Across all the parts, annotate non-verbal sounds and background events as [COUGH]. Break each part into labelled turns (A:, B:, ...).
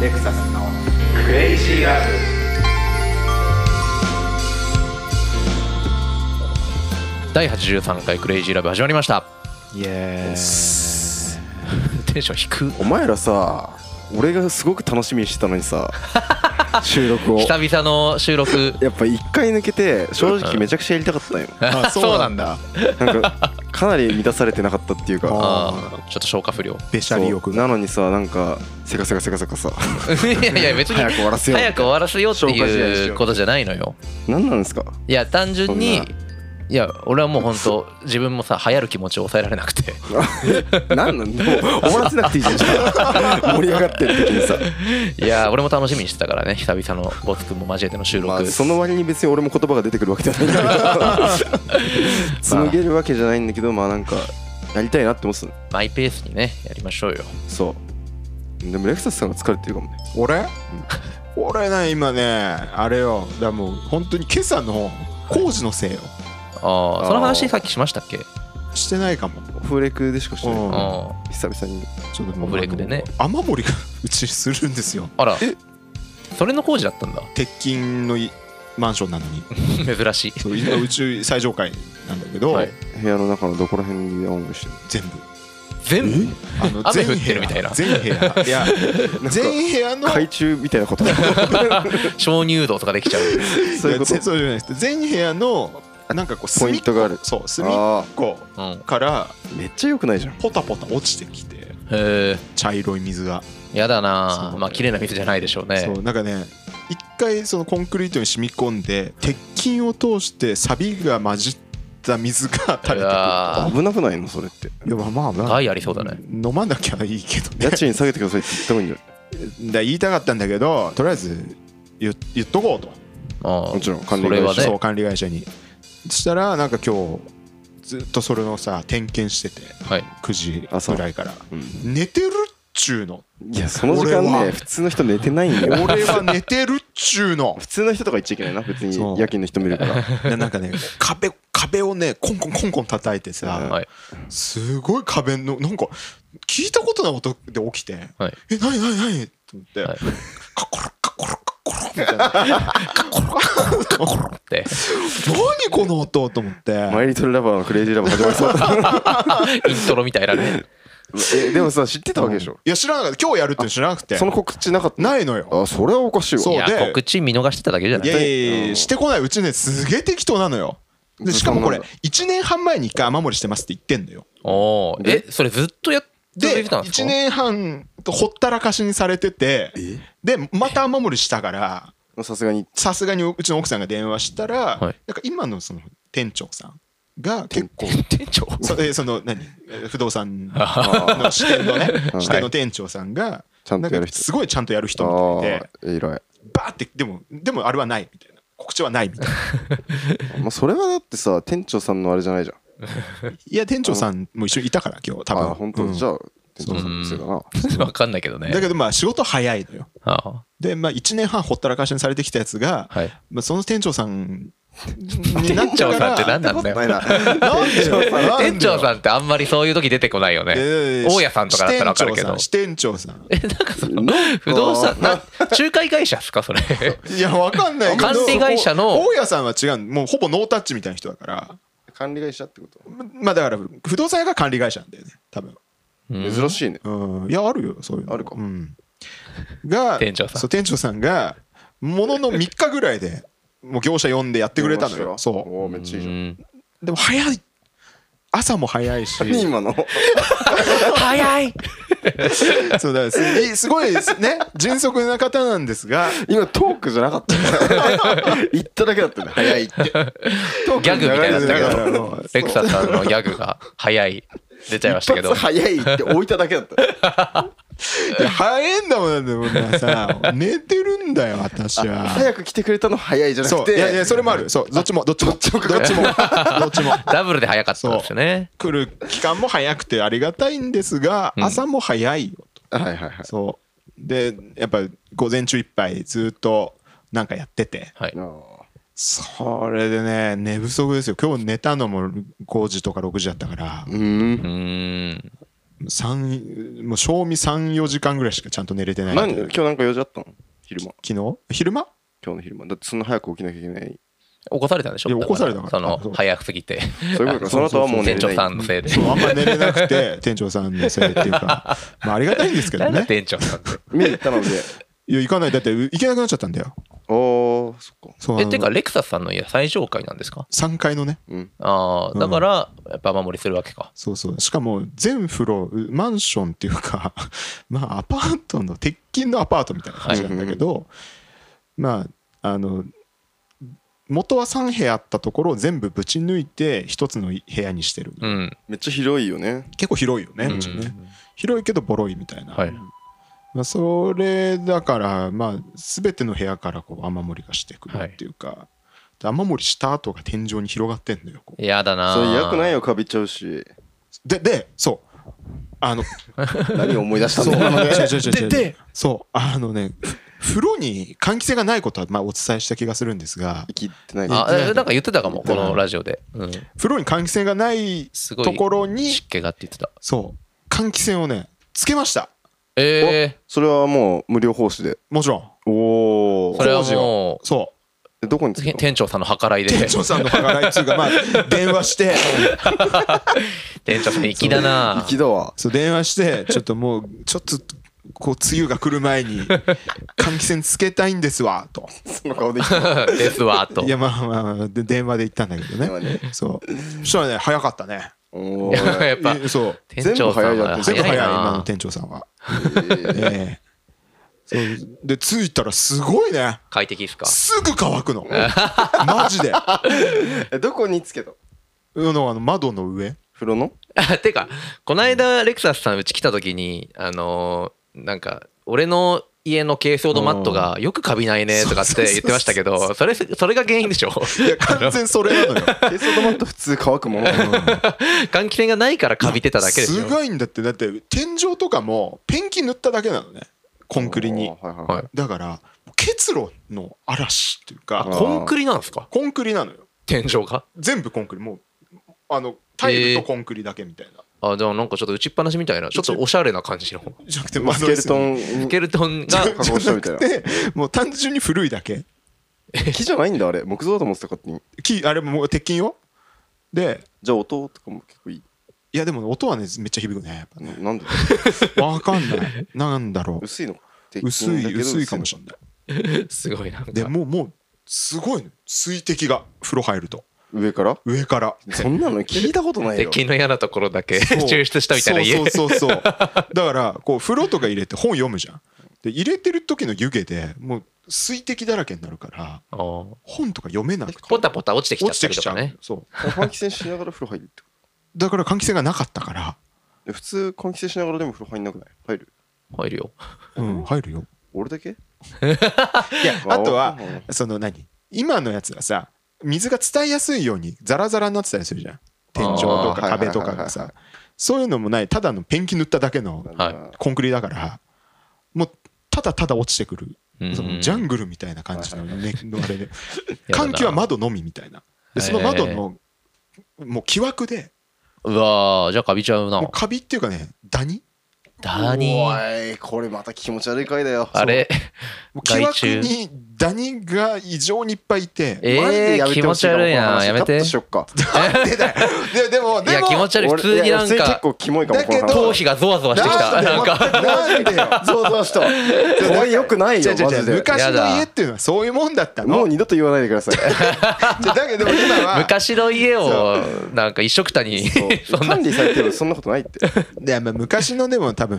A: レクサスの
B: クレイジーラブ
C: 第83回クレイジーラブ始まりました
A: イ
C: テ
A: エ
C: ンション低
D: お前らさ俺がすごく楽しみにしてたのに [LAUGHS] さ収録を
C: 久々の収録
D: やっぱ一回抜けて正直めちゃくちゃやりたかったよ
A: あそうなんだ
D: なんかかなり満たされてなかったっていうか
C: あーちょっと消化
D: [LAUGHS]
C: 不良
A: べしゃり欲
D: そう
A: が
D: なのにさなんかせかせかせかせかさ [LAUGHS]
C: いやいや別に
D: 早く終わらせよう
C: 早く終わらせようって
D: 消化試合し
C: い
D: よ
C: う
D: う
C: ことじゃないのよ
D: 何なん [LAUGHS] ですか
C: いや単純に
D: そんない
C: や俺はもう本
D: [LAUGHS]
C: 当自分もさ流行る気持ちを抑えられなくて
D: 何なん [LAUGHS] でも終わらせなくていいじゃんじゃあ [LAUGHS] 盛り上がってる時にさ、
C: いや俺も楽しみにしてたからね久々のボツくんも交えての収録、
D: [LAUGHS] まあ、その割に別に俺も言葉が出てくるわけじゃないん [LAUGHS] だけど紡げるわけじゃないんだけどまあなんかやりたいなって思ってたの
C: マイペースにねやりましょうよ
D: そうでもレクサスさんが疲れてるかもね
A: 俺俺ね今ねあれよだからもう本当に今朝の工事のせいよ
C: ああ
D: ー
C: その話さっきしましたっけ
A: してないかも
D: フレクでしかしてない
A: うん
C: あ
D: 久々に
A: ちょっと
C: オフレコでね
A: あの雨漏りがうちするんですよ
C: あら
D: え
C: それの工事だったんだ
A: 鉄筋のいマンションなのに
C: 珍しい
A: そう今宇宙最上階なんだけど、
C: はい
D: 部屋の中のどこら辺にオンしてる
A: 全部
C: 全部
A: あの
C: 雨
A: 全部
C: 降ってるみたいな
A: 全部屋いや
D: か
A: 全部屋の
D: 海中みたいなこと
A: [LAUGHS]
C: 鍾乳洞とかできちゃう
D: そういうこ
A: いや
D: と
A: そうじゃないです全部屋のなんかこう
D: ポイ
A: 隅
D: ン
A: っこ
D: トがある
A: そう隅っ
D: あ
A: こ
C: うんへ
A: から
D: あめっちゃ良くないじゃん
A: ポタポタ落ちてきて
C: え
A: 茶色い水が、
C: やだ
A: そう
C: な
A: ね
C: まあ綺麗な水じゃないでしょうね
A: そうなんかね一回そのコンクリートに染み込んで鉄筋を通してサビが混じった水が垂れてくる
C: うわ
D: 危なくないのそれって
A: いやまあまあまあ
C: 害ありそうだね
A: 飲まなきゃいいけどね
D: 家賃下げてくださいって言った方がいいんじ
A: だ言いたかったんだけどとりあえず言言っとこうと、
C: ああ
D: もちろん管理
C: それは
D: 会社
C: ね
A: そう管理会社にそしたらなんか今日ずっとそれのさ点検してて
C: はい
A: 9時
D: 朝
A: ぐらいから
D: ゃない、
A: 寝てるっちゅうの
D: うんいやその時間
A: 俺は
D: ね普通の人寝てないんだ
A: [LAUGHS]
D: よ
A: 俺は寝てるっちゅうの
D: 普通の人とか言っちゃいけないな別に
A: そう
D: 夜勤の人見
A: [LAUGHS]
D: るから
A: ななんかね壁壁をねコンコンコンコン叩いて
D: は
A: さ
C: はい
A: すごい壁のなんか聞いたことない音で起きて
C: はい
A: 「え何何何?」って思って
C: はい
A: 「カコロカコロカコロ」みたいな「カコロカコロカコロ」
C: で
A: 何この音と思って
D: マイリトルラバーのクレイジーラブ始まりそ
A: [LAUGHS]
D: うだ
C: イントロみたいなね
D: えでもさ知ってたわけでしょ
A: いや知らなかった今日やるって知らなくて
D: その告知なかった
A: ないのよ
D: あそれはおかしい
A: そう
C: い
D: わ
C: や
A: で
C: 告知見逃してただけじゃないい
A: やいやいやしてこないうちねすげえ適当なのよでしかもこれ
D: そうなん
A: 1年半前に1回雨漏りしてますって言ってんのよ
C: おおえ
D: で
C: それずっとやっ続い
A: で
C: てたんですか
A: 1年半とほったらかしにされててでまた雨漏りしたから
D: さすがに
A: さすがにうちの奥さんが電話した
C: は
A: ら、
C: い
A: なんか今のその店長さんが結構
C: [LAUGHS] 店長
A: そえその何え不動産の支店のね
C: [LAUGHS]
D: うん
A: 支店の店長さんが
D: ちゃんとや
A: な
D: る
A: か
D: 人
A: すごいちゃんとやる人
D: あ
A: みたいで
D: あ偉い
A: バーってでもでもあれはないみたいな告知はないみたいな
D: [LAUGHS] まあそれはだってさ店長さんのあれじゃないじゃん
A: いや店長さんも一緒にいたから今日多分
D: あ本当、
A: うん
D: じゃあ店長さんのせいだな
C: わかんないけどね
A: だけどまあ仕事早いのよ
C: あ
A: でまあ1年半ほったらかしにされてきたやつが、
C: あはい
A: まあ、その店長さんになっ
C: 店
A: ち
C: 長
A: ゃう
C: さんって
A: から
C: 何なんだよ
D: いな
A: なんでよ
C: 店長さんってあんまりそういう時出てこないよね
A: えー
C: 大家さんとかだったらわかるけど
A: 支店長さん支店
C: 不動産な仲介会社ですかそれ
A: 長
C: [LAUGHS]
A: さんいやわかんないけど
C: 管理会社の
A: 大大家さんは違うもうほぼノータッチみたいな人だから
D: [LAUGHS] 管理会社ってこと
A: まあだから不動産屋が管理会社なんだよね多分
C: うん
D: 珍しいね
A: うんいやあるよそういうの
D: あるか
A: うん、が
C: 店長さん
A: そう店長さんがものの3日ぐらいでもう業者呼んでやってくれたのよそう
D: おーめっちゃいいじゃん
A: でも早い朝も早いし
C: [LAUGHS]
D: 何今の
C: 早い
A: そうだすいすごいですね迅速な方なんですが
D: 今トークじゃなかった言っただけだったね早いってトーク
C: ギャグみたいだったけ
D: 流れてたか
A: ど
D: ら
C: レクサさんのギャグが早い出ちゃいましたけ
D: 一
C: ど
D: 発早いって置いただけだった
A: いや早いんだもんだってもうさ寝てるんだよ私は。
D: 早く来てくれたの早いじゃなく
A: そうい
D: て
A: やいやそれもあるそうどっちもどっちもどっちもどっちも
C: ダブルで早かったんですよね
A: 来る期間も早くてありがたいんですが
C: ん
A: 朝も早いよと、
D: はいはいはい
A: そうでやっぱ午前中いっぱいずっとなんかやってて
C: はい
D: あ
A: それでね寝不足ですよ今日寝たのも5時とか6時だったから
D: ーうーん
C: うーん
A: 三もう賞味34時間ぐらいしかちゃんと寝れてない
D: 何今日なんか用事あったの昼間
A: 昨日昼間
D: 今日の昼間だってそんな早く起きなきゃいけない
C: 起こされたんでしょ
A: いや
C: だ
A: 起こされたから
C: そ
A: あそう
C: の早すぎて
D: そういうことかその後はもう
C: 店
D: 寝れ
C: 長
D: な
C: さ
D: い
C: んのせいで
A: そうあんま寝れなくて [LAUGHS] 店長さんのせいっていう
C: [LAUGHS]
A: かまあありがたいんですけど
C: なんだ
A: ね
C: 店長さんって
D: 見に行ったので
A: いや行かないだって行けなくなっちゃったんだよ
D: おーそっか
A: そう
C: えてかレクサスさんの家最上階なんですか
A: 3階のね
D: うん
C: あ
A: う
C: あ
A: ん
C: だからやっぱ雨漏りするわけか
A: そうそうしかも全フローマンションっていうか [LAUGHS] まあアパートの鉄筋のアパートみたいな感じなんだけど、まああの元は3部屋あったところを全部ぶち抜いて一つの部屋にしてる、
C: うん
D: めっちゃ広いよね
A: 結構広いよね,、
C: うん
A: うちね広いけどボロいみたいな、
C: はい
A: まあ、それだから、まあ、全ての部屋からこう雨漏りがしてくるっていうか、で雨漏りした跡が天井に広がってんだよこう
C: やだな
D: それ嫌くない
C: よ
D: よかびちゃうし
A: ででそうあの
D: 何を思い出したん
A: そう
D: だろうね
A: 違う違う違う違
C: で
A: う
C: で
A: そうあのね風呂に換気扇がないことはまあお伝えした気がするんですが
D: 聞いてない
C: あ
A: 言ってない
C: えなんか言ってたかも
A: 言
C: こ
A: ってない
C: のラジオでうん
A: 風呂に換気扇がない
C: すごい
A: ところに
C: 湿気がって言ってた
A: そう換気扇をねつけました
C: ええ
D: それはもう無料奉仕で
A: もちろん
D: おお
C: それはも
A: そう
D: どこに
C: う
D: つけたの
C: 店長さんの計らいで
A: 店長さんの計らいっていうかま
C: [LAUGHS]
A: あ電話して
C: 店長さん粋だな
D: 粋だわ
A: そう電話してちょっともうちょっとこう梅雨が来る前に換気扇つけたいんですわと
D: その顔で言った
C: [LAUGHS] ですわと
A: いやまあまあまあで電話で言ったんだけど
D: 今
A: ね
D: ね
A: そうそしたらね早かったね
D: おお
C: [LAUGHS] やっぱ
A: えそう
C: 店長さんは
A: 全部
C: 早
A: 早
C: い
A: い今の
C: な
A: 店長さんはええそうで着いたらすごいね
C: 快適ですか [LAUGHS]
A: すぐ乾くのマジであ
D: どこにつけた
A: のあの窓の上
D: 風呂の
C: あてかこの間レクサスさんうち来た時にあのーなんか俺の家の軽装のマットがよくカビないねとかって言ってましたけどそれそれが原因でしょ
A: いや完全それなのよ
D: 軽装のマット普通乾くもの
C: 換気扇がないからカビてただけです
A: す
C: よ
A: ごいんだってだって天井とかもペンキ塗っただけなのねコンクリに
D: おーはいはい
C: はい
A: だから結露の嵐っていう
D: あ
A: か
D: ー
C: コンクリなんですか
A: コンクリなのよ
C: 天井が
A: 全部コンクリもうあのタイルとコンクリだけみたいな、
C: あじゃあなんかちょっと打ちっぱなしみたいなちょっとおしゃれな感じの
A: じゃなくて
D: まあスケルト
A: ン
D: ン
C: スケルトンが
D: 加工したみたいな
A: でもう単純に古いだけ
D: 木じゃないんだあれ木造だと思ってた勝手に
A: 木あれももう鉄筋よで
D: じゃあ音とかも結構いい
A: いやでも音はねめっちゃ響くねやっぱね
D: ななんで
A: わかんないなんだろう
D: [LAUGHS] 薄いの
A: 薄い薄いかもしれない
C: すごいなんか
A: でもうもうすごいの水滴が風呂入ると
D: れない上から
A: 上
D: [LAUGHS]
A: から
D: そんなの聞いたことないよ [LAUGHS]
C: 敵の嫌なところだけ
A: そう
C: [LAUGHS] 抽出したみたいな家
A: そうそうそうそう
C: [LAUGHS]
A: だからこう風呂とか入れて本読むじゃんで入れてる時の湯気でもう水滴だらけになるから
C: あー
A: 本とか読めなくて
C: ポタポタ落ちてきちゃ
A: 落
C: っ
A: ち
C: た
A: て
C: り
A: き
C: と
A: ちゃ
C: か
A: う、
C: ね
A: そう
D: 換気扇しながら風呂入るってこ
A: だから換気扇がなかったから、
D: とえ普通換気扇しながらでも風呂入んなくない入る
C: 入るよ
A: うん、入るよ
D: 俺だけい
A: や [LAUGHS] あとはその何今のやつはさ水が伝えやすいようにザラザラになってたりするじゃん天井と
C: あー
A: か壁とかが
D: はいはいはいはい
A: さそういうのもないただのペンキ塗っただけの
C: は
A: コンクリだからもうただただ落ちてくる
C: うん
A: そのジャングルみたいな感じの,、ね、のあれで
C: [LAUGHS] やだな
A: 換気は窓のみみたいなでその窓のもう木枠で
C: うわーじゃあカビちゃうな
A: もうカビっていうかねダニ
C: ダニー
D: おいこれまた気持ち悪い回だよ
C: あれ
A: もう木
C: 害
A: 枠
C: 虫
A: にダニが異常にいっぱいいて
D: そうマジで
C: え
D: や
C: ー
D: め
C: 気
D: てほ
C: 持
D: し
C: ち
D: な
C: 悪いなやめ
D: この
C: て
D: 話カットしよっか
A: [LAUGHS] 出たででも
C: い
A: で
C: や
A: も
C: 気持ち悪い普通になん
D: 俺いや普通結
C: か
D: 構キモいかも
A: だけど
D: この
C: 頭
D: 話
C: 皮がゾワゾワしてきたなんか
A: なんでよ
D: そうそ
A: [LAUGHS]
D: うしたお前よくない
A: 違う
D: よ
A: 違
D: マ
A: う
D: ジ
A: 違う
D: で
A: 昔
C: やだ
A: の家っていうのはそういうもんだった
D: もう
A: の
D: 二度と言わないでく
C: [LAUGHS]
D: ださい
A: じゃだけど今は
C: 昔の家をなんか一緒くたに [LAUGHS]
D: そう管理されてるそんなことないって
A: でまあ昔のでも多分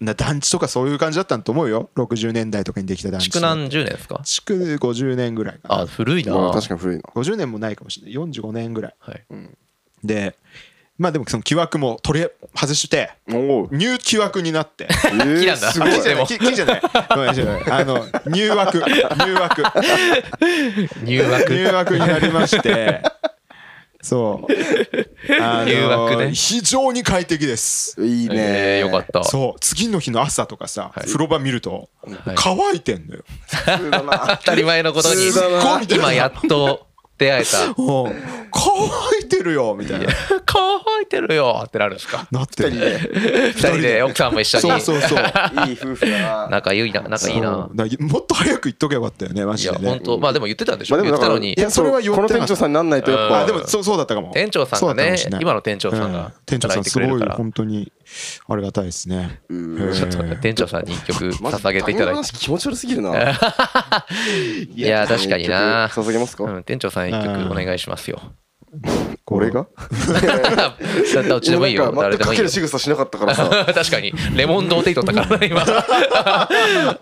A: な団地とかそういう感じだったと思うよ60年代とかにできた団地
C: 築何十年ですか
A: 築50年ぐらいか
C: あ
A: な
C: 古いな
D: まあ確かに古いな
A: 50年もないかもしれない45年ぐらい
C: はい
A: でまあでもその木枠も取り外して
C: [LAUGHS]
D: おお
A: 入木枠になって
D: えー
C: 木なんだ
D: すごい
C: マジでも
A: 木木じゃないごめんじゃないあの入枠入
C: [LAUGHS]
A: 枠
C: 入学
A: 入学になりまして、そう。あの
C: 入学ね
A: 非常に快適です。
D: いい
C: えー
D: ね
C: よかった
A: そう、次の日の朝とかさ、風呂場見ると、
C: はい
A: 乾いてんのよ。
D: た普通だな
C: 当たり前のことに
D: 普通だな
C: 今やっと出会えた
A: うん乾いてるよみたいな。
C: 乾いてるよってなるんです
D: [LAUGHS]
C: か
A: なって
C: 二
A: る
C: 人で奥さんも一緒
A: そう
C: に
A: そうそ
C: [LAUGHS]
A: う
D: いい夫婦だな。
C: 仲いいな仲いいな
A: そうだからもっと早く言っとけばよかったよねマ
C: い
A: ジ
C: や
A: で
C: 本
A: ね
C: 当まあでも言ってたんでしょ言ってたのに
D: いやそれはこの店長さんになんないとやっ
C: 当
A: あ
D: ぱ
A: でもそうそうだったかも
C: 店長さんがね
A: そうだったかもしれない
C: 今の店長さんが
A: う店長さ
C: 働い
A: ん
C: て
A: す
C: くれる
A: ごい
C: から
A: 本当にありがたいですねへ
D: ん
C: ちょっと
A: ー
C: 店長さんに一曲
D: マジ
C: 捧げていただ
D: 他人の
C: い
D: 話気持ち悪すぎるな。
C: て [LAUGHS] いや確かにな
D: 一曲捧げますか。
C: うん店長さん一
A: う
C: 曲
A: ん
C: お願いしますよ
D: 俺が？
C: [LAUGHS] だったらどっちでもいいよ
D: 俺な
C: 誰
D: んか
C: でもい
D: 全くか
C: い
D: け
C: よ
D: る仕草しなかったからさ。
C: [LAUGHS] 確かにレモンドを手に取ったからな
D: [LAUGHS]
C: 今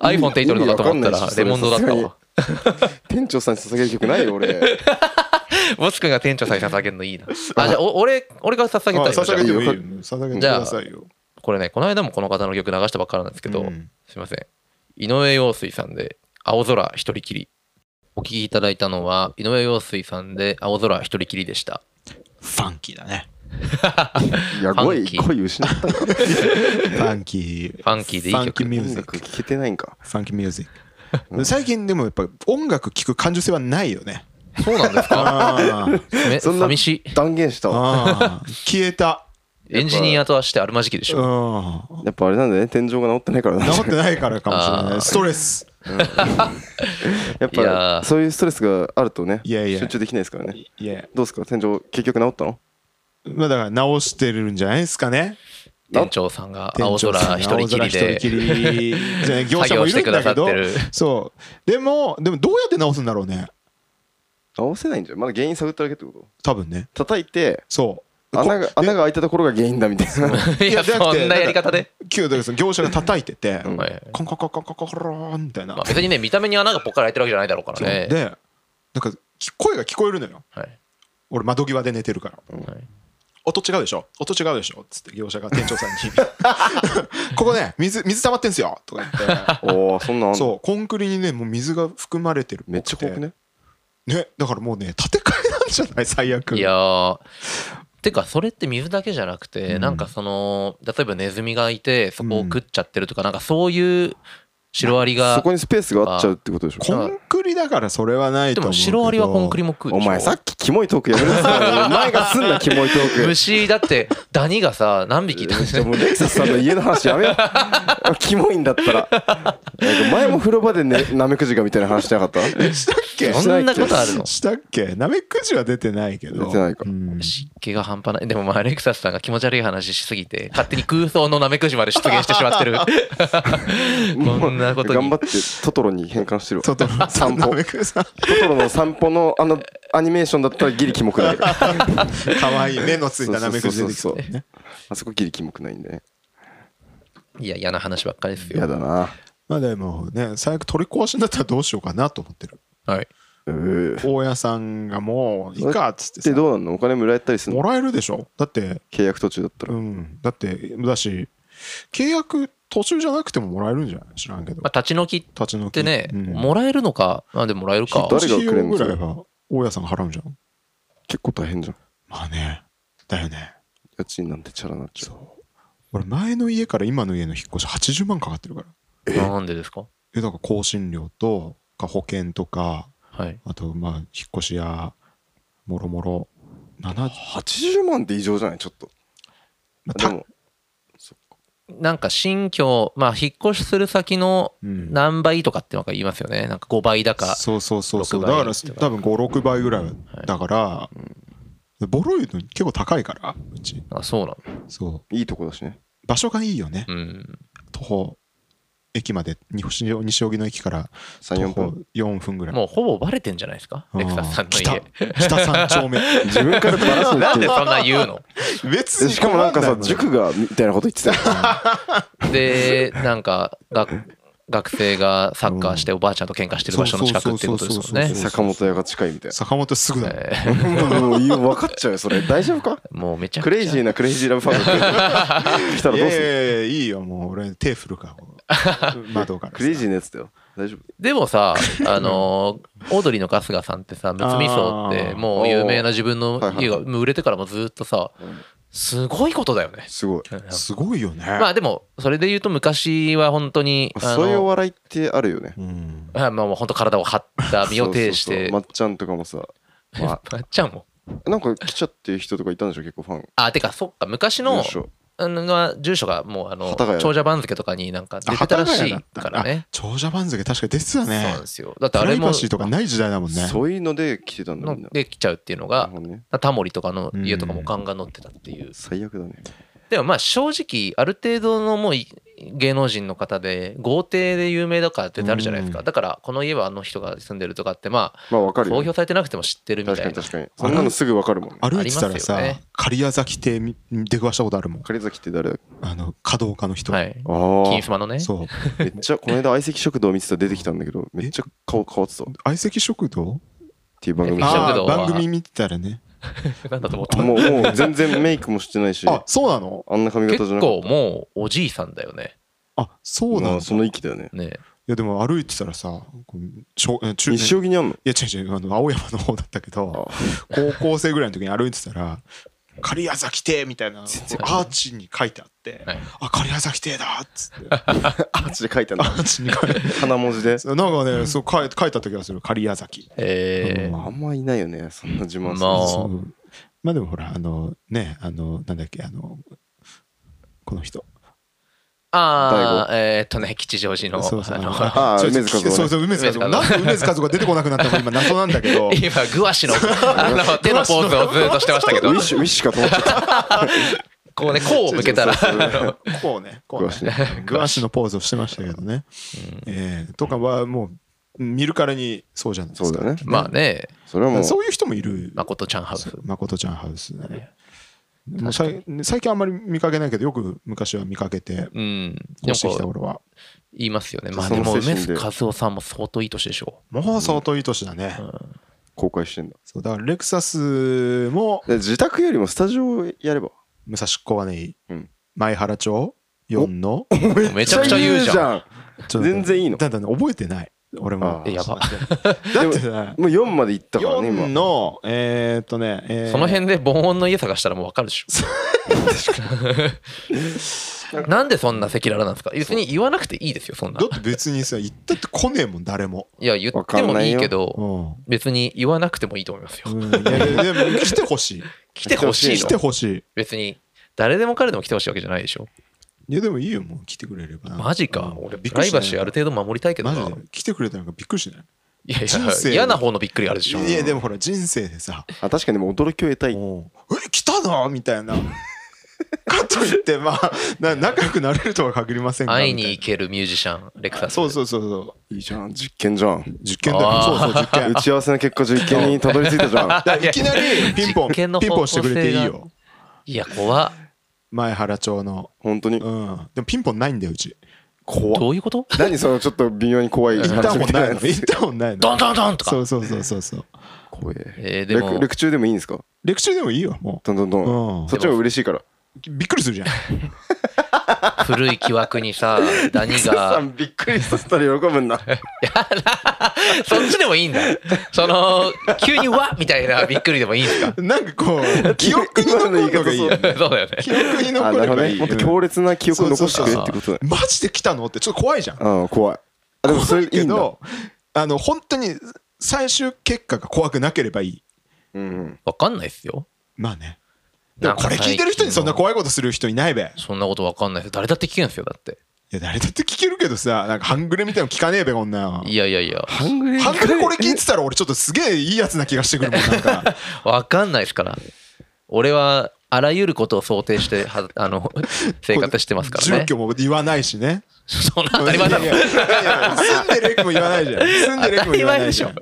C: iPhone 手に取るのかと思った
D: 意味わかんない
C: ら
D: しそ
C: レ
D: れ
C: モンドだった
D: さすが
C: わ
D: に店長さんに捧げる曲ない
C: [LAUGHS]
D: よ俺。
C: ボス君が店長さんに捧げるのいいなあじゃあお俺俺が捧げ
A: あ
C: たいよ
A: 捧
C: じゃあ
A: げてもいいよ捧げてくださいよ
C: これねこの間もこの方の曲流したばっかりなんですけど、
A: うん
C: すいません井上陽水さんで「青空一人きり」お聴きいただいたのは井上陽水さんで「青空一人きり」でした
A: ファンキーだね
D: いや
C: ファ
D: 声
C: ンキー
D: 声失ったんか。
A: ファンキーフ
C: ァンキーでいい曲
A: ファンキー [LAUGHS] ミュー
D: 音
A: ジック
D: 楽聞けてないんか。
A: ファンキーミュージック最近でもやっぱ音楽聴く感受性はないよね
C: そうなんですか [LAUGHS]
A: あー
C: め
D: そんな
C: 寂し
D: 断言したわ。
A: あ [LAUGHS] ー消えた
C: いエンジニアとしてあるまじきでし
A: う
C: ょ
A: [LAUGHS] ん
D: やっぱあれなんだね天井が直ってないからなんだ
A: 治ってないからかもしれ
C: あ
A: な
C: ー
A: いストレス
D: [LAUGHS] やっ
C: いや
D: ぱ
C: ー
D: そういうストレスがあるとね
A: いやいや
D: 集中できないですからね。
A: いや
D: どうですか天井結局直ったの？
A: まあだから直してるんじゃないですかね
D: な
C: 店長さんが「
A: 店
C: 青
A: 長さ
C: 空
A: ん
C: 一人きり」
A: 青空
C: で
A: 一人きりじゃない業者も
C: 作業
A: いるんだけど
C: してくださって
A: そうでもでもどうやって直すんだろうね
D: 直せないんじゃん。まだ原因探っただけってこと。
A: 多分ね
D: 叩いて
A: そう
D: 穴が穴が開いたところが原因だみたいな。
C: [LAUGHS] いや
A: じゃな
C: そ
A: くて
C: んなやり方で、
A: 旧だけどその業者が叩いてて
D: うん
C: はい
A: コンコンコンコンコンコンコローンみたいな
C: まあ、別にね見た目に穴がポッカリ開いてるわけじゃないだろうから
A: そう
C: ね
A: でなんかき声が聞こえるのよ
C: はい
A: 俺窓際で寝てるから
C: はい
A: 音違うでしょ音違うでしょつって業者が店長
D: [LAUGHS]
A: さんに「ここね水水溜まってんすよ」とか言って
D: [LAUGHS] おおそ [LAUGHS] んなんあんの
A: そうコンクリにねもう水が含まれてるぽくて
D: めっちゃ怖くね。
A: ねだからもうね建て替えなんじゃない最悪
C: いやーてかそれって水だけじゃなくて、
A: うん
C: なんかその例えばネズミがいてそこを食っちゃってるとか、なんかそういうシロアリが
D: そこにスペースがあっちゃうってことでし
A: コ
D: ょ
A: ンクリだからそれはない
C: で
A: と思
C: も
A: うけど
C: シロアリはコンクリも食うでしょ
D: お前さっきキモいトークやめなさいよお前がすんなキモいトーク
C: 虫だってダニがさ何匹い
D: [LAUGHS]
C: たんです
D: じゃあもうレクサスさんの家の話やめよう [LAUGHS] キモいんだったらなんか前も風呂場でねナメクジがみたいな話してなかった
A: したっけ
C: そんなことあるの
A: したっけなめくじは出てないけど
D: 出てないか
A: うん
C: 湿気が半端ないでもまあアレクサスさんが気持ち悪い話しすぎて勝手に空想のナメクジまで出現してしまってる
D: [LAUGHS]
C: こんなこと
D: 頑張
C: に
D: ってトトロに変換してるわ
A: ト
D: ト
A: トロさん
D: 散
A: [LAUGHS]
D: 歩
A: なめくじさん
D: トロの散歩のあのアニメーションだったらギリキモくないから
A: 可愛い目のついたなめくじ出てき
D: そうそう
A: てね
D: あそこギリキモくないんでね
C: いや嫌な話ばっかりですよ
D: やだな
A: まあでもね最悪取り壊しになったらどうしようかなと思ってる
C: はいう
D: ー
A: 大家さんがもういいかっつって
D: で
A: さ
D: どうなんのお金もらえたりする
A: も
D: の
A: らえるでしょだって
D: 契約途中だったら
A: うんだってだし契約途中じゃなくてももらえるんじゃない知らんけど
C: まあ立ち退きっ
A: 立ち退き
C: てね、
A: うん
C: もらえるのかまあでももらえるか
D: 誰がくれんの
A: 費用ぐらいは大家さんが払うんじゃん
D: 結構大変じゃん
A: まあねだよね
D: 家賃なんてチャラになっちゃう
A: そう俺前の家から今の家の引っ越し80万かかってるから
C: なんでですか
A: えだから更新料とか保険とか
C: はい
A: あとまあ引っ越しやもろもろ70
D: 80万って異常じゃないちょっと
A: まあ
D: で
A: た
D: も
C: なんか新居まあ引っ越しする先の
A: うん
C: 何倍とかってなんか言いますよねなんか5倍だか
A: そうそうそうそう
C: 6
A: だ
C: 倍
A: から
C: とか
A: 多分56倍ぐらいだから、ボロいの結構高いからうち
C: あそうなの
A: そう
D: いいとこだしね
A: 場所がいいよね、
C: うん
A: 徒歩駅まで西荻西荻の駅から徒
D: 34
A: 歩
D: 分
A: 4分ぐらい
C: もうほぼバレてんじゃないですか
A: うん
C: レクサスさんの
A: 北
C: 家
A: 北三丁目
D: 自分からバラ
C: [LAUGHS]
D: す
C: なんで
D: の
C: そんな言うの
A: [LAUGHS] 別に
D: しかもなんか
A: 困
D: さ
A: んないのよ
D: 塾がみたいなこと言ってたよ
C: でなんか学学生がサッカーしておばあちゃんと喧嘩してる場所の近くっていうことですもん
A: そうそうそうそう
C: ね
A: そ
D: 坂本屋が近いみたい
A: 坂本すぐだよ
C: え
D: なもういいよ分かっちゃうよそれ大丈夫か
C: ーもうめちゃ
D: ク
C: く
D: レイ
C: ち
D: ジーなクレイジーラブファンが来たら
A: い
D: ど
A: や
D: う
A: い
D: する
A: やいやいいよもう俺手振るから窓から
D: クレイジーなやつだよ大丈夫
C: ゃでもさあのーオードリーの春日さんってさむつみ荘って
A: あー
C: もう有名な自分の
D: はいはい
C: 家がもう売れてからもずっとさ
D: ん
C: すごいことだよね
D: すごい
A: すごいよね、
C: [LAUGHS] まあでもそれで言うと昔は本当にあの
D: そういうお笑いってあるよね
A: うん
C: あまあもう本当体を張った身を挺し
D: そうそう
C: て
D: そうまっちゃんとかもさま
C: まっちゃんも
D: なんか来ちゃってる人とかいたんでしょ結構ファン
C: [LAUGHS] あ、てか、そっか、昔
D: よ
C: の
D: いし、ょ
C: あの、が住所がもう、あの
D: 幡ヶ、谷
C: 長者番付とかになんか出てたらしいからね。
A: 長者番付確か出てた
C: そう
A: ね
C: なんですよ。だって
A: プ
C: あ
A: ラ
C: れ
A: イバ
C: も、
A: シーとかない時代だもんね
D: そういうので来てたんだみんな
C: のできちゃうっていうの
D: な
C: が
D: る、ほどね
C: タモリとかの家とかもガンガン乗ってたっていう。
D: 最悪だね
C: でもまあ正直ある程度のもうい芸能人の方で豪邸で有名だからってあるじゃないですか、
A: うん
C: だからこの家はあの人が住んでるとかってまあ
D: まあわかる
C: 公
D: よ
C: 表されてなくても知ってるみ
D: 確
C: た
D: か
C: い
D: に
C: な
D: 確かにそんなのすぐわかるもんね
A: 歩いてた
C: あ
A: らさ、
C: りますよね
A: 狩屋崎亭み出くわしたことあるもん
D: 狩崎って誰だっけ
A: あの華道家の人、
C: はい
D: あ
C: 金
D: あ
C: スマのね
A: そう
D: めっちゃこの間相席食堂見てたら出てきたんだけどめっちゃ顔変わってたわっ
A: 相席食堂
D: ていう番組
C: え
A: あ
C: 食
A: ー
C: 堂は
A: 番組見てたらね
C: なんだと思った
D: もうもう全然メイクもしてないし
A: あそうなの
D: あんな髪型じ
C: 結
D: ゃなか
C: 構
D: った
C: もうおじいさんだよね
A: あそうな
D: ま
A: の
D: あその域だよね
C: ね
A: いやでも歩いてたらさこう小え中
D: 西
A: い
D: 荻にあんの
A: や違う違うあの青山の方だったけど
D: あ
A: 高校生ぐらいの時に歩いてたら「狩屋崎亭」みたいなア
D: 全
A: ーチに書いてあって
C: はい
A: 「あ狩屋崎亭だ」っつって
D: あっちで書いたん
A: ア
D: だ
A: ーチに書いて
D: 鼻文字で
A: そうなんかねそう書い書いてあった気がする狩屋崎
C: え
A: うん
D: あんまいないよねそんな自慢する
C: まあ
A: そうまあでもほらあのねあのなんだっけあのこの人
C: ー、ああえーっとね吉祥寺の
A: そうそう
C: あ
A: あ
C: の
A: の
D: あー
A: ちょ
D: 梅津和夫ね
A: そうそう梅津和夫なんで梅津和夫が出てこなくなったのか今謎なんだけ
C: [LAUGHS]
A: ど
C: 今グワシのあの手のポーズをずっとしてましたけど
D: ウィッシュウィッシュかと思っちゃった
C: こうねこう向けたら
D: そうそうそう
A: こうねこう
D: 詳
A: ね
D: しいね
A: グワシのポーズをしてましたけどね、えーとかはもう見るからにそうじゃないですか
D: そうだよね
C: [LAUGHS] まあね
D: それはもう
A: そういう人もいる
C: 誠ちゃんハウス
A: 誠ちゃんハウスねもうさい最近あんまり見かけないけどよく昔は見かけて
C: うん
A: 越してきた頃は
C: 言いますよね。
D: じゃ
C: まあ
D: そ
C: で
D: の
C: も、
D: 精神
C: 梅
D: で
C: 津和夫さんも相当いい年でしょ
A: もう相当いい年だね、
C: う。うん
D: 公開してんだ
A: そうだからレクサスも
D: で自宅よりもスタジオやれば
A: 武蔵小金井、
D: うん
A: 前原町4の
C: めちゃくちゃ言うじゃん。
D: ん全然いいの
A: だんだん覚えてない俺も
D: あー
C: えやば
D: [LAUGHS]
A: だってさ
D: もう4まで行ったからね
A: 4
D: 今
A: のえーっとね、えー
C: その辺で防音の家探したらもう分かるでしょ。 [LAUGHS] なんでそんな赤裸々なんですか別に言わなくていいですよ、そんな
A: だ。って別にさ言ったって来ねえもん誰も
C: いや、言ってもいいけ
A: う
C: ど、
A: ん
C: 別に言わなくてもいいと思いますよ。
A: うんいやいやでも来てほしい
C: 来てほしい
A: 来
C: の
A: て。ほしい
C: 別に、誰でも彼でも来てほしいわけじゃないでしょ。
A: いやでもいいよもう来てくれればな
C: マジか。
A: うん
C: 俺、
A: び
C: プ
A: っく
C: ラ
A: り
C: イ
A: しな
C: バ
A: い
C: シーある程度守りたいけど
A: マ
C: な。
A: ジで来てくれたらなんかびっくりしない
C: いやい
A: 人生
C: や、嫌な方のびっくりあるでしょ。
A: いやでもほら人生でさ
D: あ確かにもう驚きを得
A: 「
D: たい
A: もうえ来たな」みたいなかといってまあな仲良くなれるとは限りませんが
C: 会いに
A: み
C: 行けるミュージシャン、レク
A: た
C: サ
A: いな
C: ス。
A: そうそうそうそう
D: いいじゃん実験じゃん
A: 実験だよ
C: あ
A: そう
C: ー
A: そう
C: [LAUGHS]
A: 実験
D: 打ち合わせの結果実験にたどり着いたじ [LAUGHS] ゃん
A: だからいきなりピンポン
C: 実験の
A: ピンポンしてくれていい
C: 方向
A: よ
C: いや、怖っ
A: 前原町の
D: 本当に
A: うんでもピンポンないんだようち
D: 怖っ
C: どういうこと
D: 何そのちょっと微妙に怖い
A: 行った
D: 話
A: も
D: み
A: んない
D: たい
A: の
D: [LAUGHS] な
A: 行ったもんないの
C: ドンドンドンとか
A: そうそうそうそうそう
D: 怖
C: えー
D: え
C: でも
D: レクレク中でもいいんですか
A: レクチューでもいいよも
D: どんどんど
A: うん
D: んそっちの方が嬉しいから
A: うびっくりするじゃん
D: [LAUGHS]
C: 古い木枠に
A: [LAUGHS]
C: さ、ダニ
D: さ
C: が。
D: んびっくりさせたら喜ぶんだ [LAUGHS]
C: そっちでもいいんだ。その、急にわっみたいなびっくりでもいいん
A: [LAUGHS]
C: ですか
A: なんかこ
D: [LAUGHS]
A: う記憶に残るのがいいよね
C: そうだよね。
A: 記憶に残る
D: あなるほ
A: の
D: ど
A: が
D: ね
A: いい
D: もっと強烈な記憶を残してくれってことだ
A: マジで来たのってちょっと怖いじゃん
D: うん怖いあでもそ
A: 怖
D: れ
A: い
D: いい
A: け
D: んだ
A: どあの本当に最終結果が怖くなければいい
D: うんうん
C: わかんないっすよ。
A: まあねで
C: な
A: も
C: んか
A: これ聞いてる人にそんな怖いことする人いないべい
C: そんなことわかんないっすよ。誰だって聞けんすよ、だって。
A: や誰だって聞けるけどさなんか半グレみたいの聞かねえべこんなの
C: いやいやいや、
D: ハングリー
A: 半グレこれ聞いてたら俺ちょっとすげえいいやつな気がしてくるもんなんか
C: わかんないっすから。俺は、あらゆることを想定しては、あの、 [LAUGHS] 生活してますからね
A: 住。居も言わないしね
C: そんな当たり前だ
A: い
C: ろ
A: や。いやいや住んでる駅も言わないじゃん住んでる駅も言わないじゃん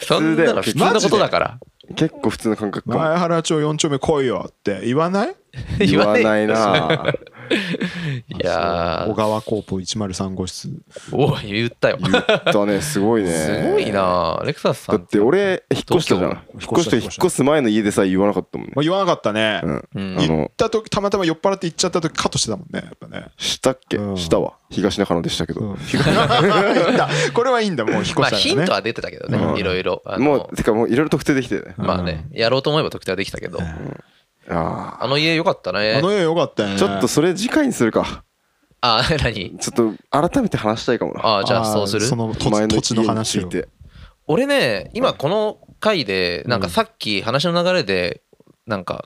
C: そんなの普通のことだから。
D: 結構普通の感覚かも
A: 前原町4丁目来いよって言わない
D: 言わない
C: よ
D: な
C: いや
A: 小
C: ー、
A: 川高校103号室
C: おい言ったよ。
D: 言ったねすごいね
C: すごいなレクサスさ
D: だ
C: ん。
D: って俺引っ越したじゃん引っ
A: 東京
D: 越した
A: 引
D: 引
A: っ越
D: っ
A: した
D: 越す前の家でさえ言わなかったもんね
A: まあ、言わなかったね、
D: うん
C: うん
A: 言
D: あ
A: っ
D: の
A: た時たまたま酔っ払って行っちゃった時カットしてたもんねやっぱね
D: したっけ
A: うん
D: したわ東中野でしたけ
A: うん
D: ど
A: [LAUGHS] いいんだこれはいいんだもう引っ越した
C: まあ
A: から
C: ヒ
A: ね、
C: ントは出てたけど
D: うん
C: ね、いろいろ。あの
D: もうてかもういろいろ特定できてね
C: まあね、やろうと思えば特定はできたけど、
D: あ
C: あの家よかった
A: あ
C: ね。
A: の家よかったよね
D: ーちょっとそれ次回にするか
C: あ、 [LAUGHS] 何
D: ちょっと改めて話したいかもな
C: あ、じゃあそうする
A: その土
D: 前
A: 地土地の話を
D: 家について
C: 俺ね、今この回でなんかさっき話の流れでなんか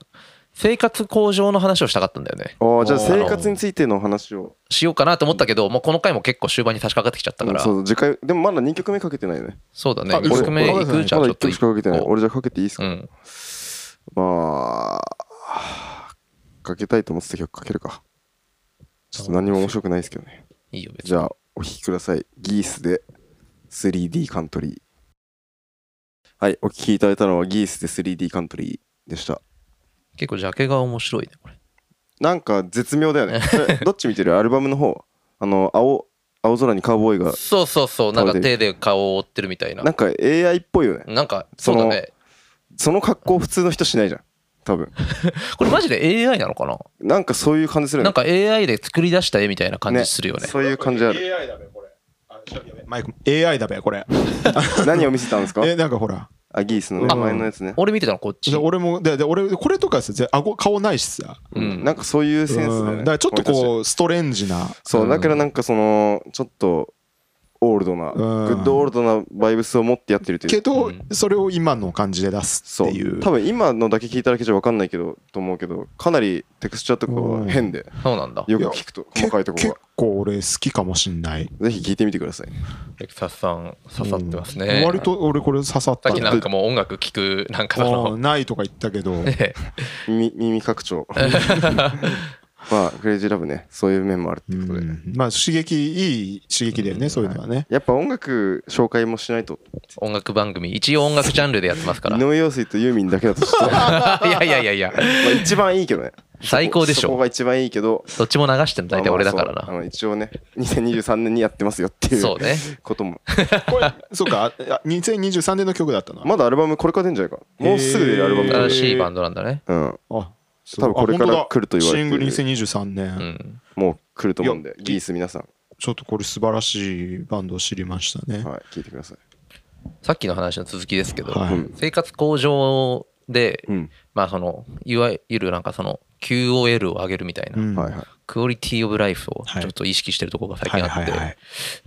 C: 生活向上の話をしたかったんだよね
D: ああじゃあ
A: あ
D: 生活についての話を
C: しようかなと思ったけどもうこの回も結構終盤に差し掛かってきちゃったか
D: うん
C: ら
D: そう次回でもまだ2曲目かけてないね
C: そうだね
A: あ
C: 1曲目
A: 俺
C: いくじゃ
D: ま
C: あちょ
D: だ1
C: っと
D: 曲しかかけてない
C: 一個
D: 俺じゃあかけていいです
C: う
D: か、
C: ん
D: まあかけたいと思ってた曲かけるかちょっと何も面白くないですけどね
C: いいよ別
D: じ
C: に
D: ゃあお聴きくださいギースで 3D カントリーはいお聴きいただいたのはギースで 3D カントリーでした
C: 結構ジャケが面白いねこれ
D: なんか絶妙
C: [LAUGHS]
D: だよねそれどっち見てるアルバムの方あの青青空にカウボーイが
C: そうそうそうなんか手で顔を覆ってるみたいな
D: なんか AI っぽいよね
C: なんか
D: そ
C: そう
D: の
C: だね
D: その格好普通の人しないじゃん多分
C: これマジで AI なのかな
D: なんかそういう感じするよ
C: なん
D: ね
C: か AI で作り出した絵みたいな感じするよね
D: そういう感じある
E: AI だべこれあちょっとやべ
A: マイク AI だべこれ
D: 何を見せたん
C: [LAUGHS]
D: ですか
A: えなんかほら
D: あギースの名前のやつね
C: 俺見てたのこっち
A: じゃあ俺もでで俺これとかさぜ顎顔ないしさ
C: うん
D: なんかそういうセンスだ,、
A: うん
D: ね、
A: だからちょっとこうストレンジな
D: うそうだからなんかそのちょっとオールドな、
A: ん
D: グッドオールドなバイブスを持ってやってるとい
A: け
D: う
A: ど
C: うん
A: それを今の感じで出す
D: そ
A: っ
D: う
A: ていう
D: 多分今のだけ聞いただけじゃ分かんないけどと思うけどかなりテクスチャーとかは変で
C: そうなんだ
D: よく聞くと
A: け
D: 細かいところ
A: 結構俺好きかもしんない
D: がぜひ聞いてみてください
C: レクサスさん刺さってます
A: う
C: ね
A: ん割と俺これ刺さっ
C: さ
A: た
C: っきなんかもう音楽聴くなんかそ
A: あ
C: の
A: あないとか言ったけど
C: [LAUGHS] ね
D: 耳耳
C: [LAUGHS]
D: 拡張まあクレイジーラブねそういう面もあるって
A: う
D: いうことで、
A: んまあ刺激いい刺激だよねそういうのはね
D: やっぱ音楽紹介もしないと
C: 音楽番組一応音楽ジャンルでやってますか
D: 井
C: らい
D: 上陽水とユーミンだけだとして [LAUGHS] ま
C: [LAUGHS]
D: あ
C: やいやいやいや
D: 一番いいけどね
C: 最高でし
D: そこ
C: ょ
D: が一番いいけど
C: どっちも流してんの大体俺だから
D: まあまあそう
C: な
D: あの一応ね2023年にやってますよっていう
C: そうね
D: ことも
A: これそうかああ2023年の曲だったな
D: まだアルバムこれから出んじゃないかもうすぐ出るアルバ
A: そう
D: ム
C: 新
D: だね
C: しいバンドなんだね
D: うん
A: あそう
D: 多分これから
A: あ本当だ
D: 来ると言われてる
A: シングル2023年、
C: うん
D: もう来ると思うんで
A: いや
D: ギース皆さん
A: ちょっとこれ素晴らしいバンドを知りましたね、
D: はい聞いてください
C: さっきの話の続きですけど
A: はい
D: うん
C: 生活向上で
D: うん
C: まあそのいわゆるなんかその QOL を上げるみたいな
A: うん
D: はいはい
C: クオリティオブライフを
A: はい
C: ちょっと意識してるところが最
A: はい
C: 近あ
A: は
C: っ
A: い
C: て
A: はい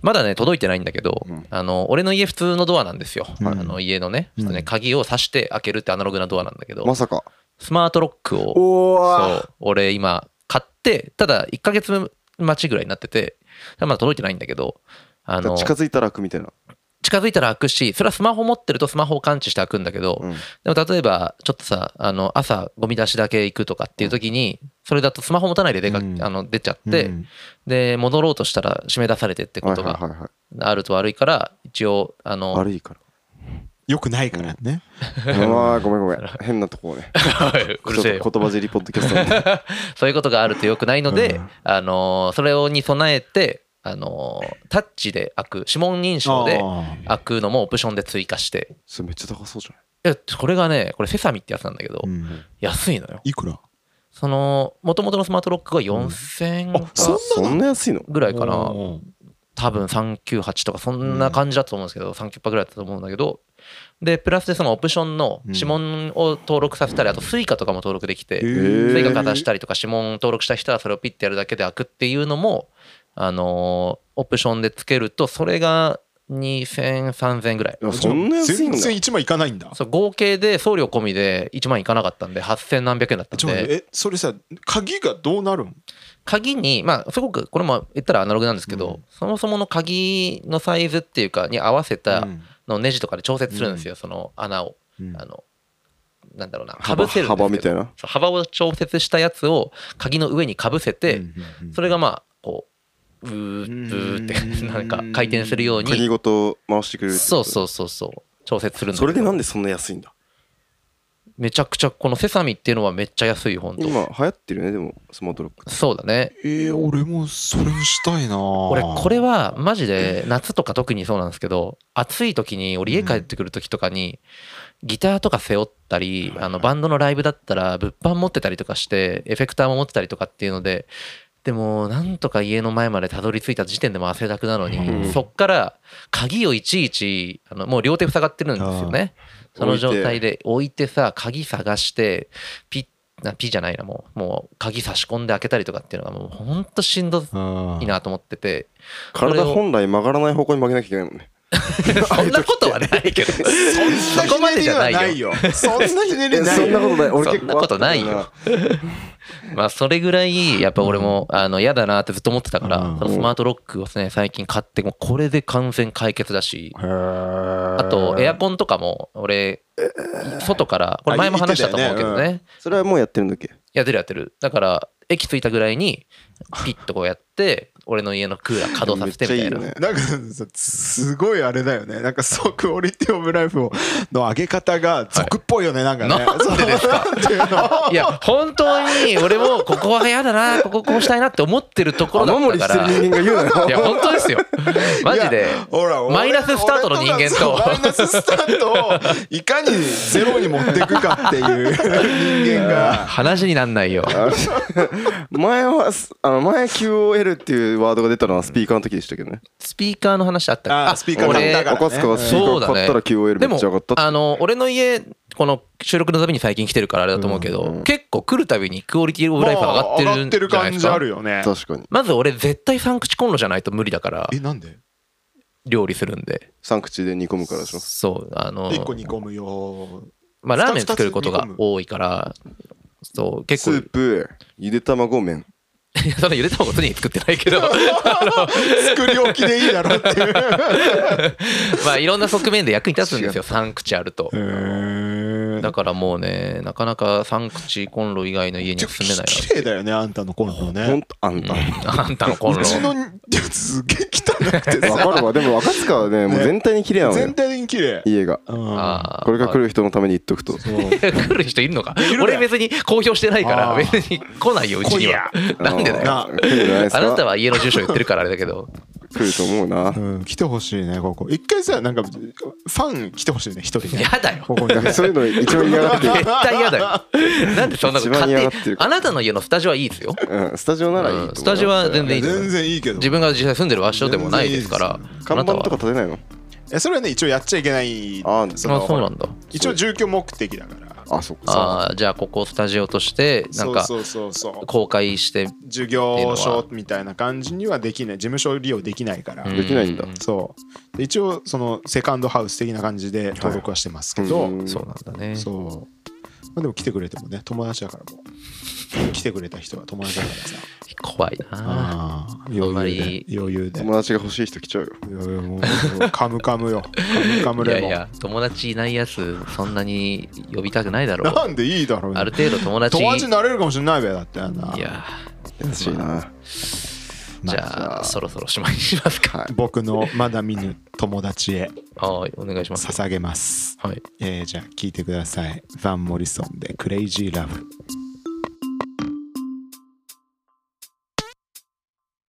C: まだね届いてないんだけど、
D: うん
C: あの俺の家普通のドアなんですよ、
A: はい
C: あの家のね,、
A: うん
C: ね鍵を挿して開けるってアナログなドアなんだけど、
D: まさか
C: スマートロックを
D: お
C: そう俺今買ってただ1ヶ月待ちぐらいになっててまだ届いてないんだけどあの
D: 近
C: 近
D: づいたら開くみたいな
C: づいたら開くしそれはスマホ持ってるとスマホを感知して開くんだけど、
D: うん
C: でも例えばちょっとさあの朝ゴミ出しだけ行くとかっていう時にそれだとスマホ持たないで出か、
A: うん
C: あの出ちゃっ
A: う
C: て、
A: ん
C: で戻ろうとしたら締め出されてってことが
D: はいはいはい
C: あると悪いから一応あの
D: はい悪いから
A: よくないからね、
D: うわーごめんごめん変なとこを
C: [LAUGHS]
D: ね
C: [LAUGHS] はいう
D: ちょ
C: る
D: っと
C: せえ
D: 言
C: よ
D: 葉尻ポッドキャストみたいな
C: そういうことがあると良くないので、
A: うん
C: あのーそれをに備えて、あのータッチで開く指紋認証で
A: ああ
C: 開くのもオプションで追加して
D: それめっちゃ高そうじゃない
C: いやこれがねこれセサミってやつなんだけど、
A: うん
C: 安いのよ
A: いくら
C: そのもともとのスマートロックが4000
A: あそんな
D: そんな安いの
C: ぐらいかな
A: お
C: 多分398とかそんな感じだと思うんですけど、398ぐらいだったと思うんだけどでプラスでそのオプションの指紋を登録させたりあと Suica とかも登録できて、
A: ー
D: へー
C: 追加かざしたりとか指紋登録した人はそれをピッてやるだけで開くっていうのも、あのーオプションでつけるとそれが20003000ぐらい
D: いやそんな安いん
A: 全
D: だ
A: 然1枚いかないんだ
C: そう合計で送料込みで1万いかなかったんで8000何百円だった
A: ち
C: ん
A: ょっと待って
C: で
A: えそれさ鍵がどうなるん
C: 鍵にまあすごくこれも言ったらアナログなんですけど、そもそもの鍵のサイズっていうかに合わせた
A: うん
C: のネジとかで調節するんですよ、その穴を、
A: うん
C: あのなんだろうなか
D: 幅
C: ぶせるんですけど
D: 幅みたいな
C: そう幅を調節したやつを鍵の上にかぶせて、
A: うんうんうん
C: それがまあこうブーブーって
A: うん
C: なんか回転するよう
D: 鍵
C: に
D: ごと回してくれるってこと
C: そうそうそうそう調節するんだけ
D: そ
C: ど
D: れでなんでそんな安いんだ
C: めちゃくちゃこのセサミっていうのはめっちゃ安い本
D: 今流
C: 当
D: 行ってるねでもスマートロック
C: そうだね
A: えー、俺もそれにしたいな
C: 俺
A: 俺
C: これはマジで夏とか特にそうなんですけど暑い時に俺家帰ってくる時とかにギターとか背負ったりあのバンドのライブだったら物販持ってたりとかしてエフェクターも持ってたりとかっていうのででもなんとか家の前までたどり着いた時点でもう汗だくなの
D: う
C: に
D: ん
C: そっから鍵をいちいちあのもう両手塞がってるんですよねその状態で置いてさ鍵探してピッなピじゃないなもうもう鍵差し込んで開けたりとかっていうのがもうほんとしんどいなと思ってて
D: 体本来曲がらない方向に曲げなきゃいけないもんね
C: [LAUGHS] そんなことはないけど。そこまでじゃないよ。
A: よ。そんなひね
D: え
A: りない
D: [LAUGHS] そんなことない。俺
C: そ
D: 結
C: ん
D: 構
C: なことない
D: [LAUGHS]
C: よ。まあそれぐらいやっぱ俺もあの嫌だなってずっと思ってたから、
A: うん
C: そのスマートロックをね最近買ってもうこれで完全解決だし、
A: あ
C: あとエアコンとかも俺外からこれ前も話したと思うけど
A: あ
C: ね
D: それはもうやってるんだっけ
C: やってるやってるだから駅着いたぐらいにピッとこうやって俺の家のクーラー稼働させてみたいな
D: めっちゃいいね
A: なんかさすごいあれだよねなんかそうクオリティオブライフをの上げ方が俗っぽいよね、なんかねなんでですかっていう
C: [LAUGHS]
A: の
C: いや本当に俺もここは嫌だなこここうしたいなって思ってるところだ
D: 守
C: っ
D: り
C: た
D: し
C: か
D: てる
C: らい
D: 人間が言うなよ。
C: や本当ですよマジ
A: い
C: で
A: やほら俺
C: マイナススタートの人間と
A: 俺かがそうマイナススタートをいかにゼロに持っていくかっていう人間が
C: 話になんないよ
D: [LAUGHS] 前はすあの前 QOL っていうワードが出たのはスピーカーの時でしたけどね。
C: スピーカーの話あったっけ
A: あースピーカー買った
C: 俺
A: からね
D: 赤塚がスピ
C: そう
D: ーカ
C: だ
D: ー買
C: ね
D: ったら QOL め
C: で
D: っちゃ上がっ
C: も
D: たって。
C: あの俺の家この収録のたびに最近来てるからあれだと思うけど、結構来るたびにクオリティオブライフ上がって
A: まあ
C: る
A: 上
C: んじ
A: る
C: ゃない
A: 感
C: です
A: じ
C: か
A: あるよね
D: 確かに。
C: まず俺絶対三口コンロじゃないと無理だから
A: えなんで
C: 料理するんで
D: 三口で煮込むからでしょ。
C: そうあの
A: 一個煮込むよ
C: [LAUGHS] まあラーメン作ること
A: 二つ
C: が
A: 煮込む
C: 多いからそう結
D: ス
C: 構
D: ープ、ゆで卵麺。
C: [LAUGHS] いやそのゆで卵すでに作ってないけ
D: [LAUGHS]
C: ど [LAUGHS]
A: 作り置きでいいだろっていう [LAUGHS]
C: まあいろんな側面で役に立つん
D: [LAUGHS]
C: ですよ三口あるとだからもうねなかなか三口コンロ以外の家には住めない
A: 綺麗だよねあんたのコンロね
D: ほんと、あんた。
C: なあんたのコンロ
A: うちのやつすげえ汚
C: [LAUGHS]
A: くて
D: [LAUGHS] わ
A: さ
D: かるわ。でも赤塚はね、もう全体に綺麗なのよ
A: 全。体的に綺麗
D: 家が。
C: あ
A: あ
C: ー
D: これから来る人のために言っとくと。
C: いや [LAUGHS] 来る人いるのか
A: るよ
C: 俺別に公表してないから
A: あー
C: 別に来ないようちには [LAUGHS] なんでだよ
D: あの来るんじゃないです
C: あ
D: か
C: なたは家の住所言ってるからあれだけ
D: [LAUGHS]
C: ど
D: 来ると思うな。
A: うん、来てほしいねここ一回さなんかファン来てほしいね一人ね
C: やだよ [LAUGHS]
A: ここに
D: なんかそういうの一番嫌がってる
C: 絶対嫌だ
D: [LAUGHS]
C: よなんでそんなこと
D: 一番嫌が
C: 勝
D: って
C: 手に
D: るから
C: あなたの家のスタジオはいいですよ
D: うんスタジオならいいと思
C: う
D: うん
C: スタジオは全然いいと思う
A: 全然いいけど
C: 自分が実際住んでる場所でもないですからあ
D: 看
C: なた
D: 板
C: は
D: とか立てないの
A: えそれはね一応やっちゃいけない
D: あー
A: そ
C: まあそうな
A: の
C: んだ
A: 一応住居目的だから
D: あ、そっか。
C: ああじゃあここをスタジオとしてなんか
A: そうそうそうそう
C: 公開して
A: 授業所みたいな感じにはできない事務所利用できないから、
C: うん
D: できないんだ。
A: そうで一応そのセカンドハウス的な感じで登録はしてますけど、
D: うん
C: そうなんだね
A: そうまあ、でも来てくれてもね友達だからもう来てくれた人は友達だからさ
C: 怖いな
A: ああ余裕で余裕で
D: 友達が欲しい人来ちゃうよ。
A: いやいやもうカムカムよ。カム
C: い
A: カム
C: や
A: レ
C: い
A: モン。
C: や友達いないやつそんなに呼びたくないだ
A: [LAUGHS]
C: ろう
A: なんでいいだろう、ね
C: ある。程度友達
A: 友達になれるかもしれないべだってあんな。
C: いや
D: 優しいな。
C: じゃあそろそろおしまいにしますか、
A: 僕のまだ見ぬ友達へ
C: はい、お願いします
A: 捧げます。
C: はい
A: えーじゃあ聞いてください。ファン・モリソンでクレイジー・ラブ。